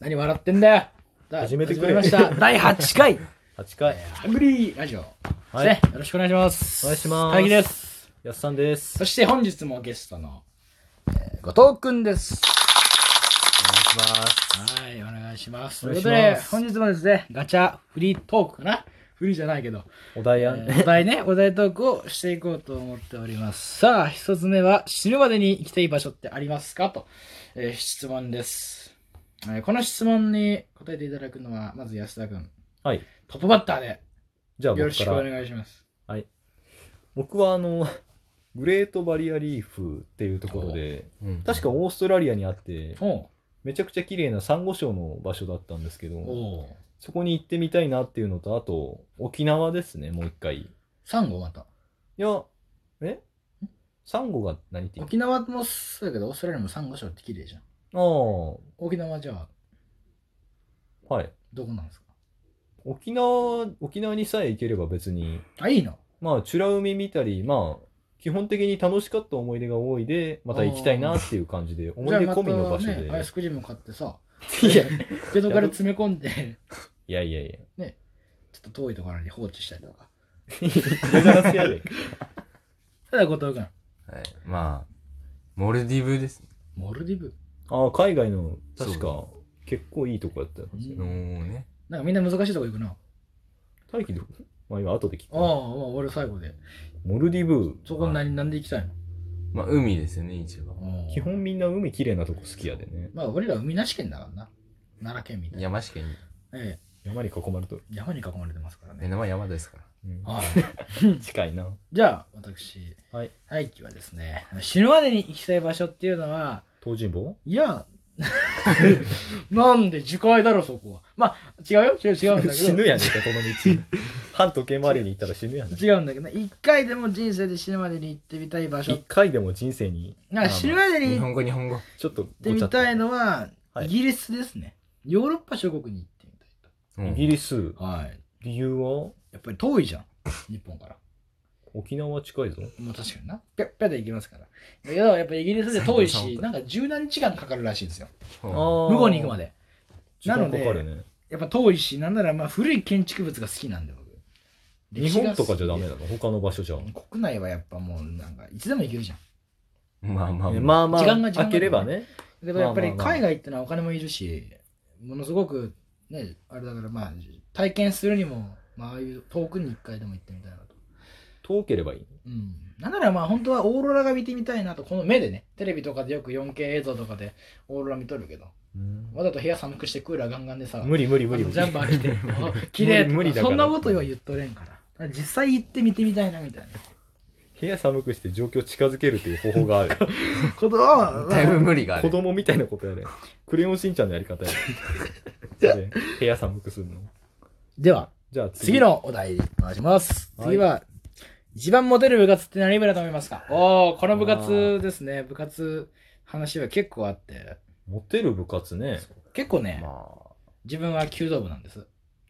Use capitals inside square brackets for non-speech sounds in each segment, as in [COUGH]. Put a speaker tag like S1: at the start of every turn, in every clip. S1: 何笑ってんだよさあ
S2: 始めてくれ
S1: 始まりま [LAUGHS] した。第8回、
S2: 8回。
S1: ハングリーラジオ。
S2: はい
S1: ねよろしくお願いします。
S2: お願いします
S1: 大輝です。
S2: やっさんです。
S1: そして本日もゲストの、えー後藤くんです。
S2: お願いします。
S1: はい、お願いします。と
S2: お
S1: いう
S2: 願い
S1: ことで、
S2: します
S1: 本日もですね、ガチャフリートークかなフリーじゃないけど、
S2: お題
S1: え
S2: や
S1: [LAUGHS]
S2: ん。
S1: ーお題ね、お題トークをしていこうと思っております。さあ、一つ目は、死ぬまでに行きたい場所ってありますかと、えー質問です、えーこの質問に答えていただくのは、まず安田くん。
S2: はい。
S1: トップバッターで、
S2: じゃあ
S1: よろ
S2: 僕
S1: し
S2: か
S1: くお
S2: ら。
S1: 願いします。
S2: 僕はあの、グレートバリアリーフっていうところで、
S3: うん
S2: 確かオーストラリアにあって、
S1: おう
S2: めちゃくちゃ綺麗なサンゴ礁の場所だったんですけど、
S1: おう
S2: そこに行ってみたいなっていうのと、あと、沖縄ですね、もう一回。い
S1: サンゴまた。
S2: や、えサンゴが何って言う
S1: 沖縄もそうだけど、オーストラリアもサンゴ礁って綺麗じゃん。
S2: の
S1: 沖縄じゃあ、
S2: ああ、はい。
S1: どこなんですか
S2: 沖縄、沖縄にさえ行ければ別に、
S1: あ、いいの
S2: まあ、美ら海見たり、まあ、基本的に楽しかった思い出が多いで、また行きたいなっていう感じで、思い出込みの場所
S1: じゃあ
S2: で。
S1: またね、アイスクリーム買ってさ、
S2: [LAUGHS] いや、い
S1: 受け取から詰め込んで、
S2: やいやいや。
S1: ちょっと遠いところに放置したりとか。
S2: レザラス
S1: [LAUGHS]
S2: やで。
S1: ただ、後藤君、
S3: はい。まあ、モルディブですね。
S1: モルディブ。
S2: ああ、海外の、確
S3: そ
S2: か、結構いいとこやったんですよ
S1: う
S3: の
S2: ね。
S3: ね。
S1: なんかみんな難しいとこ行くな。あ
S2: 大輝どこまあ今、後で聞
S1: あ、
S2: く。
S1: もう俺最後で。
S2: モルディブ、
S1: そこ何、なんで行きたい
S3: まあ、海ですよね、一番。
S1: の
S2: 基。本みんな海綺麗なとこ好きやでね。
S1: まあ、俺ら海なし県だからな。奈良県みたいな。
S3: 山しかいない。
S1: ええ、
S2: 山に囲まれとる。
S1: 山に囲まれてますから
S3: 目
S1: ね。
S3: の前山ですから。
S2: うん
S1: はい。
S2: 近いな。
S1: じゃあ、私、
S2: はい。
S1: 大輝はですね、死ぬまでに行きたい場所っていうのは、
S2: 東尋坊
S1: いや、 [LAUGHS] なんで樹海だろ、そこは。まあ、違うよ、違う違うんだけど。
S2: 死ぬやねんか、この道。反時計回りに行ったら死ぬやねん。
S1: 違うんだけどね、一回でも人生で死ぬまでに行ってみたい場所
S2: 一。回でも人生に、
S1: なんか死ぬまでに
S3: 日
S1: 行っ
S3: 本語、日本語。
S2: ちょっと
S1: て
S2: ごち
S1: み
S2: ゃっと
S1: たいのは、
S2: はい
S1: イギリスですね。ヨーロッパ諸国に行ってみたい
S3: うん
S2: イギリス、
S1: と。はい。
S2: 理由は
S1: やっぱり遠いじゃん、日本から。
S2: 沖縄近いぞ。
S1: もう確かにな。ぴゃっぴゃで行きますから。だけど、やっぱイギリスで遠い
S3: 三分
S1: し、
S3: 三分
S1: なんか十何時間かかるらしいんですよ。
S3: うん
S1: 向こうに行くまで。
S2: 時間
S1: なので
S2: かかるね。
S1: やっぱ遠いし、なんならまあ古い建築物が好きなんで、僕。
S2: 日本とかじゃダメ
S1: だ
S2: なの他の場所じゃ。
S1: 国内はやっぱもうなんかいつでも行けるじゃん。
S3: まあまあ
S2: ね
S3: まあ。
S2: まあまあ、
S1: 時間が時間が
S2: 開ければね。
S1: だけどやっぱり
S2: まあまあまあ
S1: 海外ってのはお金もいるし、ものすごくね、あれだからまあ体験するにも、まあああいう遠くに一回でも行ってみたいなと。
S2: 遠ければいい。
S1: うん。なんならまあ本当はオーロラが見てみたいなと、この目でね、テレビとかでよく 4K 映像とかでオーロラ見とるけど、わざと部屋寒くしてクーラーガンガンでさ、
S2: 無理無理無理
S1: あ
S2: 無
S1: の
S2: 理。
S1: ジャンバー着 [LAUGHS] て、あ綺麗とか
S2: 無理無理だか
S1: そ
S2: ら
S1: んなことは言っとれんから。だから実際行って見てみたいなみたいな。
S2: 部屋寒くして状況近づけるという方法がある。
S1: [LAUGHS] ことは、ま
S3: だいぶ
S1: あ
S3: 無理があ
S2: 子
S3: る。
S2: 供みたいなことやれ。クレヨンしんちゃんのやり方やれ。で部屋寒くするの。
S1: では、
S2: じゃあ
S1: 次のお題お願いします。
S2: はい
S1: 次は、一番モテる部活って何部だと思いますかおおこの部活ですね。部活話は結構あって。
S2: モテる部活ね。
S1: 結構ね、
S3: ま
S1: 自分は弓道部なんです。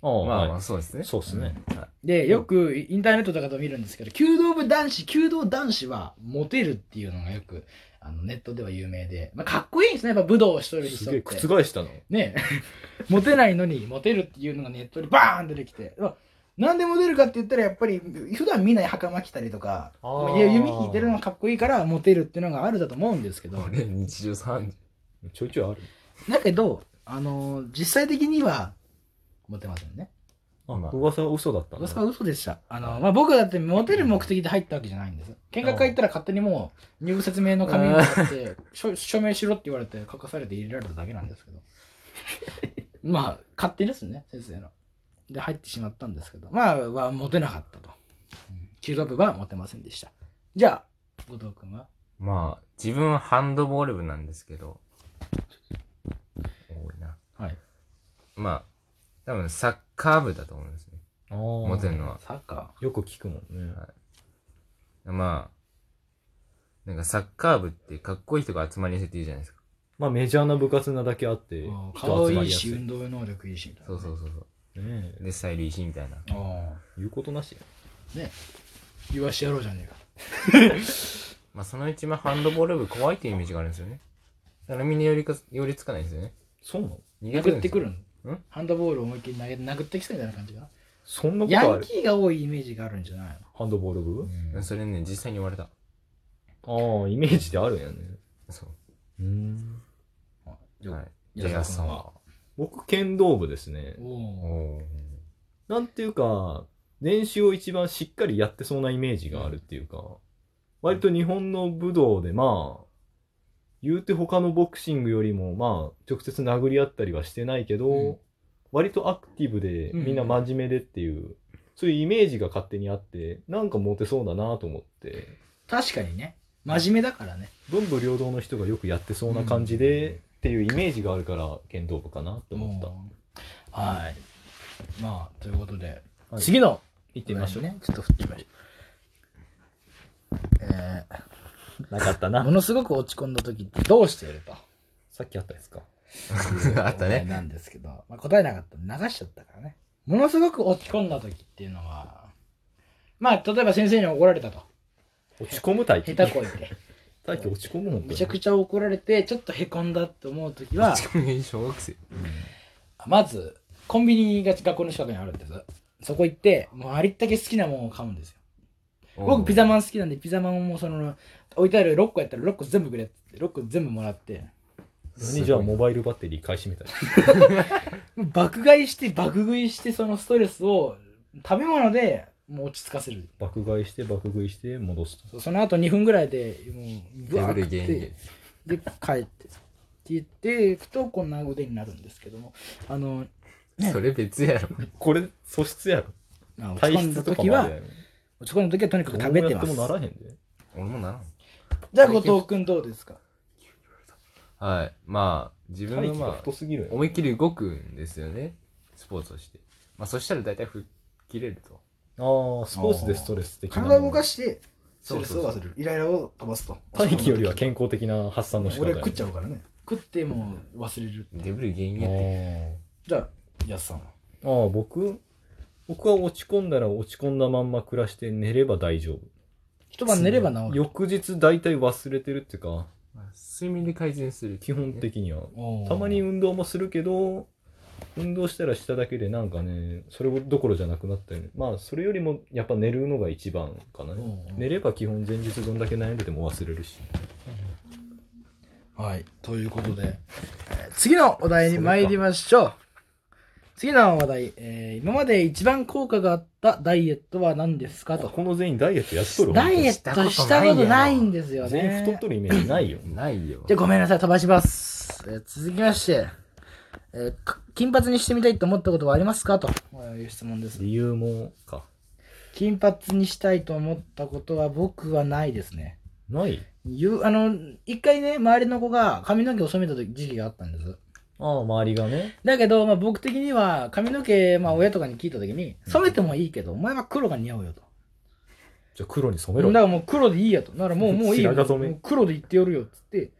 S2: ああ
S3: あ、まあま
S2: は
S3: あ、そうです
S2: い
S3: ね。
S2: そうですね。
S3: はい。
S1: で、よくインターネットとかでも見るんですけど、弓道部男子、弓道男子はモテるっていうのがよく、あのネットでは有名で、まあ、かっこいいんですね。やっぱ武道をしとる人
S2: す
S1: っ
S2: げえ
S1: て。
S2: 覆したの。
S1: ね [LAUGHS] モテないのにモテるっていうのがネットにバーン出てきてうわなんでモテるかって言ったらやっぱり普段見ない袴着たりとか
S2: あー
S1: いや弓引いてるのがかっこいいからモテるっていうのがあるだと思うんですけど
S3: 俺、日常三時。
S2: ちょいちょいある。
S1: だけど、あのー実際的にはモテませんね
S2: あ、
S3: まあ
S2: 噂は嘘だった
S1: そこは嘘でしたあのー、まあ、僕だってモテる目的で入ったわけじゃないんです見学会行ったら勝手にもう入部説明の紙に貼って [LAUGHS] 署署名しろって言われて書かされて入れられただけなんですけどまあ勝手ですね先生ので入ってしまったんですけどまあはモテなかったと中学部はモテませんでしたじゃあ後藤君は
S3: まあ、自分はハンドボール部なんですけど、多いな。
S1: はい
S3: まあ、多分サッカー部だと思うんですね。
S2: ああ
S3: モテるのは。
S1: サッカ
S2: よく聞くもんね。
S3: まあ、なんかサッカー部ってかっこいい人が集まりやすいって言うじゃないですか。
S2: まあメジャーな部活なだけあって
S1: ーうん、
S2: 人
S1: 顔
S2: 集ま
S1: いい
S2: りやす
S1: し
S2: い。ね
S1: 運動能力いいしみたいな
S3: そうそうそう
S2: え
S3: そう。で、スタイルいいし、みたいな。
S1: ああ
S2: 言うことなしや。
S1: 言わしてやろうじゃねえか
S3: まあ、そのうち、まあ、ハンドボール部怖いっていうイメージがあるんですよね。だからみんな寄りか寄りつかないんですよね。
S2: そうなの
S3: 苦手
S1: 殴
S3: なん
S1: って
S3: ですよ
S1: くるん
S3: ん
S1: ハンドボールを思いっきり投げ殴ってきたみたいな感じかな
S2: そんなこ
S1: ヤ
S2: とあ
S1: ン
S2: る
S1: キーが多いイメージがあるんじゃない
S2: ハンドボール部
S3: うんそれね、実際に言われた。
S2: ああ、イメージであるんやね。
S3: そう
S2: ー
S1: の
S3: う。はい。
S1: 矢
S3: 矢
S1: 沢
S3: 沢
S1: さ
S3: さ
S1: ん
S3: ん
S1: は
S3: は。
S2: 僕、剣道部ですね。
S1: おお
S3: おー
S2: なんていうか、練習を一番しっかりやってそうなイメージがあるっていうか、割と日本の武道でまあ、言うて他のボクシングよりもまあ、直接殴り合ったりはしてないけど、
S1: うん
S2: 割とアクティブで
S1: うん
S2: みんな真面目でっていう、そういうイメージが勝手にあって、なんかモテそうだなと思って、
S1: 確かにね真面目だからね
S2: 文武両道の人がよくやってそうな感じでっていうイメージがあるから剣道部かなと思った。
S1: たはいまあということで、
S2: はい
S1: 次の
S2: 行っ
S1: って
S2: みましょう。
S1: ねちょっと振ってみましょうえ
S2: なかった
S1: ー、も
S2: な。
S1: のすごく落ち込んだ時ってどうしていると
S2: さっきあったやつか。
S3: [LAUGHS] あった
S1: お題
S3: ね。
S1: なんですけど、まあ、答えなかったら流しちゃったからね。ものすごく落ち込んだ時っていうのは、まあ、例えば先生に怒られたと。
S2: 落ち込むタイプ。
S1: 下手こい
S2: [LAUGHS]
S1: て。
S2: 大輝落ち込むもん
S1: めちゃくちゃ怒られて、ちょっとへこんだって思う時は、
S3: 小学生。
S1: まず、コンビニが学校の近くにあるんです。そこ行って、もうありったけ好きなものを買うんですよ。僕、ピザマン好きなんで、ピザマンをもうその、置いてある6個やったら6個全部くれって言って、6個全部もらって、
S2: 何じゃあモバイルバッテリー買い占めたり。
S1: 爆買いして、爆食いして、そのストレスを食べ物でもう落ち着かせる。
S2: 爆買いして爆食いして戻すと。
S1: そうその後2分ぐらいでもうブ
S3: テ
S1: ワー
S3: ーブ
S1: ッ
S3: ル
S1: 食
S3: ゲ
S1: っ
S3: ー
S1: て
S3: ムで。
S1: で帰ってって言っていくとこんな腕になるんですけどもあの、
S3: それ別やろ。
S2: これ素質やろ。
S1: まあ、落ち
S2: 体
S1: 込んだ
S2: 質とか
S1: 時
S2: もあ
S1: は
S2: るやろ。
S1: 落ち込んだ時はとにかく食べてます
S2: どうやってもならへんで。
S3: 俺もならん。
S1: じゃあ後藤君どうですか
S3: はい。まあ、自分
S2: 体
S3: は
S2: 気が
S3: まあ
S2: 太、すぎるやん。
S3: 思いっきり動くんですよね。スポーツをして。まあ、そしたら大体吹っ切れる
S2: あ
S3: と。
S2: あ、スポーツでストレス的な。
S1: 体を動かしてスト
S3: そ
S1: レ
S3: う
S1: ス
S3: そう
S1: を
S3: そう
S1: 忘れるイライラを飛ばすと
S2: 大輝よりは健康的な発散の仕方
S1: 俺
S2: や
S1: は
S2: ね。
S1: 食っちゃうからね食ってもう忘れる
S3: デブル原因
S2: あ
S3: やって。
S2: ー
S1: じゃあやすさんは
S2: ああ、僕僕は落ち込んだら落ち込んだまんま暮らして寝れば大丈
S1: 一晩寝れば治
S2: 夫。
S1: る
S2: 翌日大体忘れてるっていうか、
S3: まあ睡眠で改善する。
S2: 基本的には。
S1: おー
S2: たまに運動もするけど、運動したらしただけでなんかね、それどころじゃなくなったよね。まあ、それよりもやっぱ寝るのが一番かな
S1: お。ー
S2: 寝れば基本前日どんだけ悩んでても忘れるし。
S1: はい。ということで、えー [LAUGHS] 次のお題に参りましょう。次の話題、えー今まで一番効果があったダイエットは何ですか
S2: あと、
S1: と。
S2: この全員ダイエットやっとる
S1: ダイエ
S2: ッ
S1: ットしたことないんですよ
S2: 全員太
S1: ね
S2: っ。とるイメージないよ。
S3: ないよ。
S1: じゃあごめんなさい、飛ばします。えー続きまして、えーか金髪にしてみたいと思ったことはありますかという質問です。
S2: 理由もか。
S1: 金髪にしたいと思ったことは僕はないですね。
S2: ない
S1: ゆあの、一回ね、周りの子が髪の毛を染めた時時期があったんです。
S2: ああ、周りがね。
S1: だけど、まあ、僕的には髪の毛、まあ、親とかに聞いた時に染めてもいいけど、お前は黒が似合うよと
S2: じゃあ黒に染め
S1: だ
S2: ろ
S1: か。らもう黒でいいやとだからもうもういいよ
S2: 白髪染め
S1: もう黒で言ってやるよっつって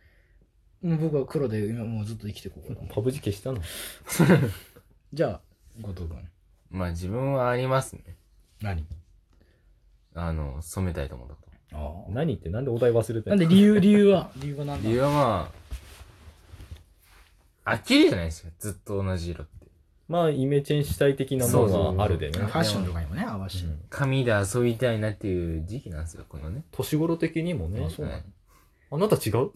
S1: もう僕は黒で今もうずっと生きていこうかな
S2: パブジ消したの
S1: じゃあ後藤君
S3: まあ、自分はありますね。
S1: 何
S3: あの、染めたいと思ったこ
S1: ああ
S2: 何ってなんでお題忘れて
S1: なん
S2: んの
S1: で理由理由は理由は何
S3: と。
S1: だ
S3: 理由はまあ、飽きるじゃないですか。ずっと同じ色って。
S2: まあ、イメチェン主体的なものがあるでね。
S1: ファッションとかにもね合わせて、
S2: うん
S3: 髪で遊びたいなっていう時期なんですよ、このね。
S2: 年頃的にもね。
S1: そうなの
S3: はい
S2: あなた違う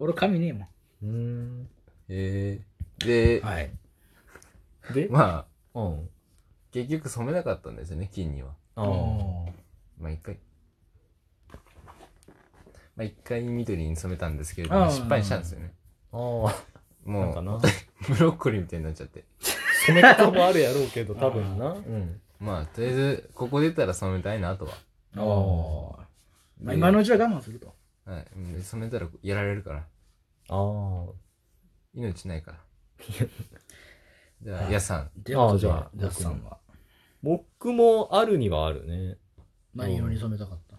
S1: 俺髪ねえもん
S2: うん。
S3: えー、で、
S1: はい
S2: で、
S3: まあ、
S2: うん。
S3: 結局染めなかったんですよね、金には。
S2: ああ。
S1: おー
S3: まあ一回。まあ一回緑に染めたんですけれど
S1: あ
S3: も、
S1: ー
S3: 失敗したんですよね。
S2: ああ。なん
S3: も
S2: か
S3: う、
S2: な。
S3: ブロッコリーみたいになっちゃって。
S2: 染め方もあるやろうけど、多分な。うん。
S3: まあ、とりあえず、ここ出たら染めたいな、あとは。
S1: おーまあ、
S3: で
S1: 今のうちは我慢すると
S3: はい。うんで染めたらやられるから。
S2: あ
S3: 命ないから。じ
S1: は
S3: ゃあ、
S1: い
S3: ヤさん。
S1: では
S2: ああじゃあ
S1: ジャスさんは
S2: あ。僕もあるにはあるね。
S1: 何色に染めたかった、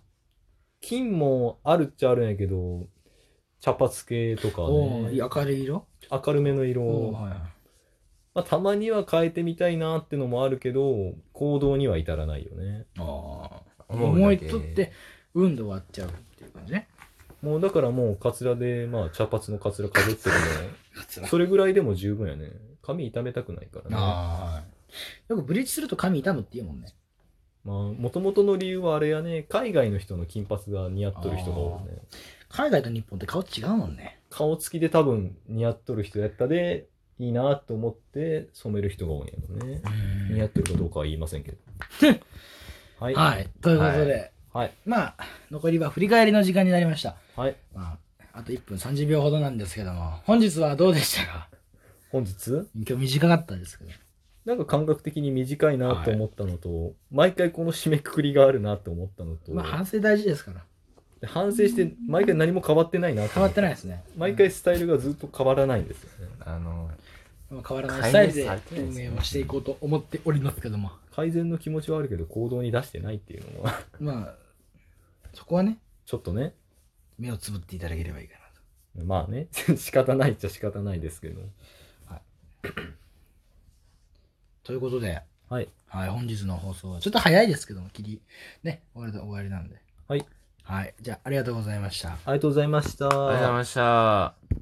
S2: 金もあるっちゃあるんやけど、茶髪系とか
S1: おお
S2: ね。
S1: ー明るい色
S2: 明るめの色
S1: おー
S2: を。
S1: はいはい
S2: まあ、たまには変えてみたいなってのもあるけど、行動には至らないよね。
S1: ああ
S3: 思う
S1: 思い
S3: だけ
S1: とって運で終わっちゃうっていう感じね
S2: もうだからもうカツラで、まあ茶髪のカツラかぶってる
S1: つら。
S2: それぐらいでも十分やね。髪痛めたくないからね。
S1: ああ。よくブリーチすると髪痛むって言うもんね。
S2: まあ、もともとの理由はあれやね、海外の人の金髪が似合っとる人が多いね。
S1: 海外と日本って顔違うもんね。
S2: 顔つきで多分似合っとる人やったで、いいなと思って染める人が多いんやろね。似合ってるかどうかは言いません [LAUGHS] けど。はい。
S1: はい。ということで、
S2: はい。
S1: まあ、残りは振り返りの時間になりました。
S2: はい。
S1: まあ、あと1分30秒ほどなんですけども、本日はどうでしたか
S2: 本日、
S1: 今日短かったですけど。
S2: なんか感覚的に短いなと思ったのと、毎回この締めくくりがあるなと思ったのと、
S1: まあ、反省大事ですから。
S2: で反省して毎回何も変わってないなと
S1: 変わってない
S2: い
S1: ですね。
S2: 毎回スタイルがずっと変わらないんですよね
S3: あの、
S1: まあ変わらないスタイルで運営をしていこうと思っておりますけども。
S2: 改善の気持ちはあるけど行動に出してないっていうのは
S1: まあ、そこはね、
S2: ちょっとね
S1: 目をつぶっていただければいいかなと。
S2: まあね [LAUGHS] 仕方ないっちゃ仕方ないですけど
S1: ということで、
S2: はい
S1: はい、本日の放送はちょっと早いですけども、切り、ね、終わりで終わりなんで。
S2: はい。
S1: はい、じゃあ、ありがとうございました。
S2: ありがとうございました
S3: ありがとうございました。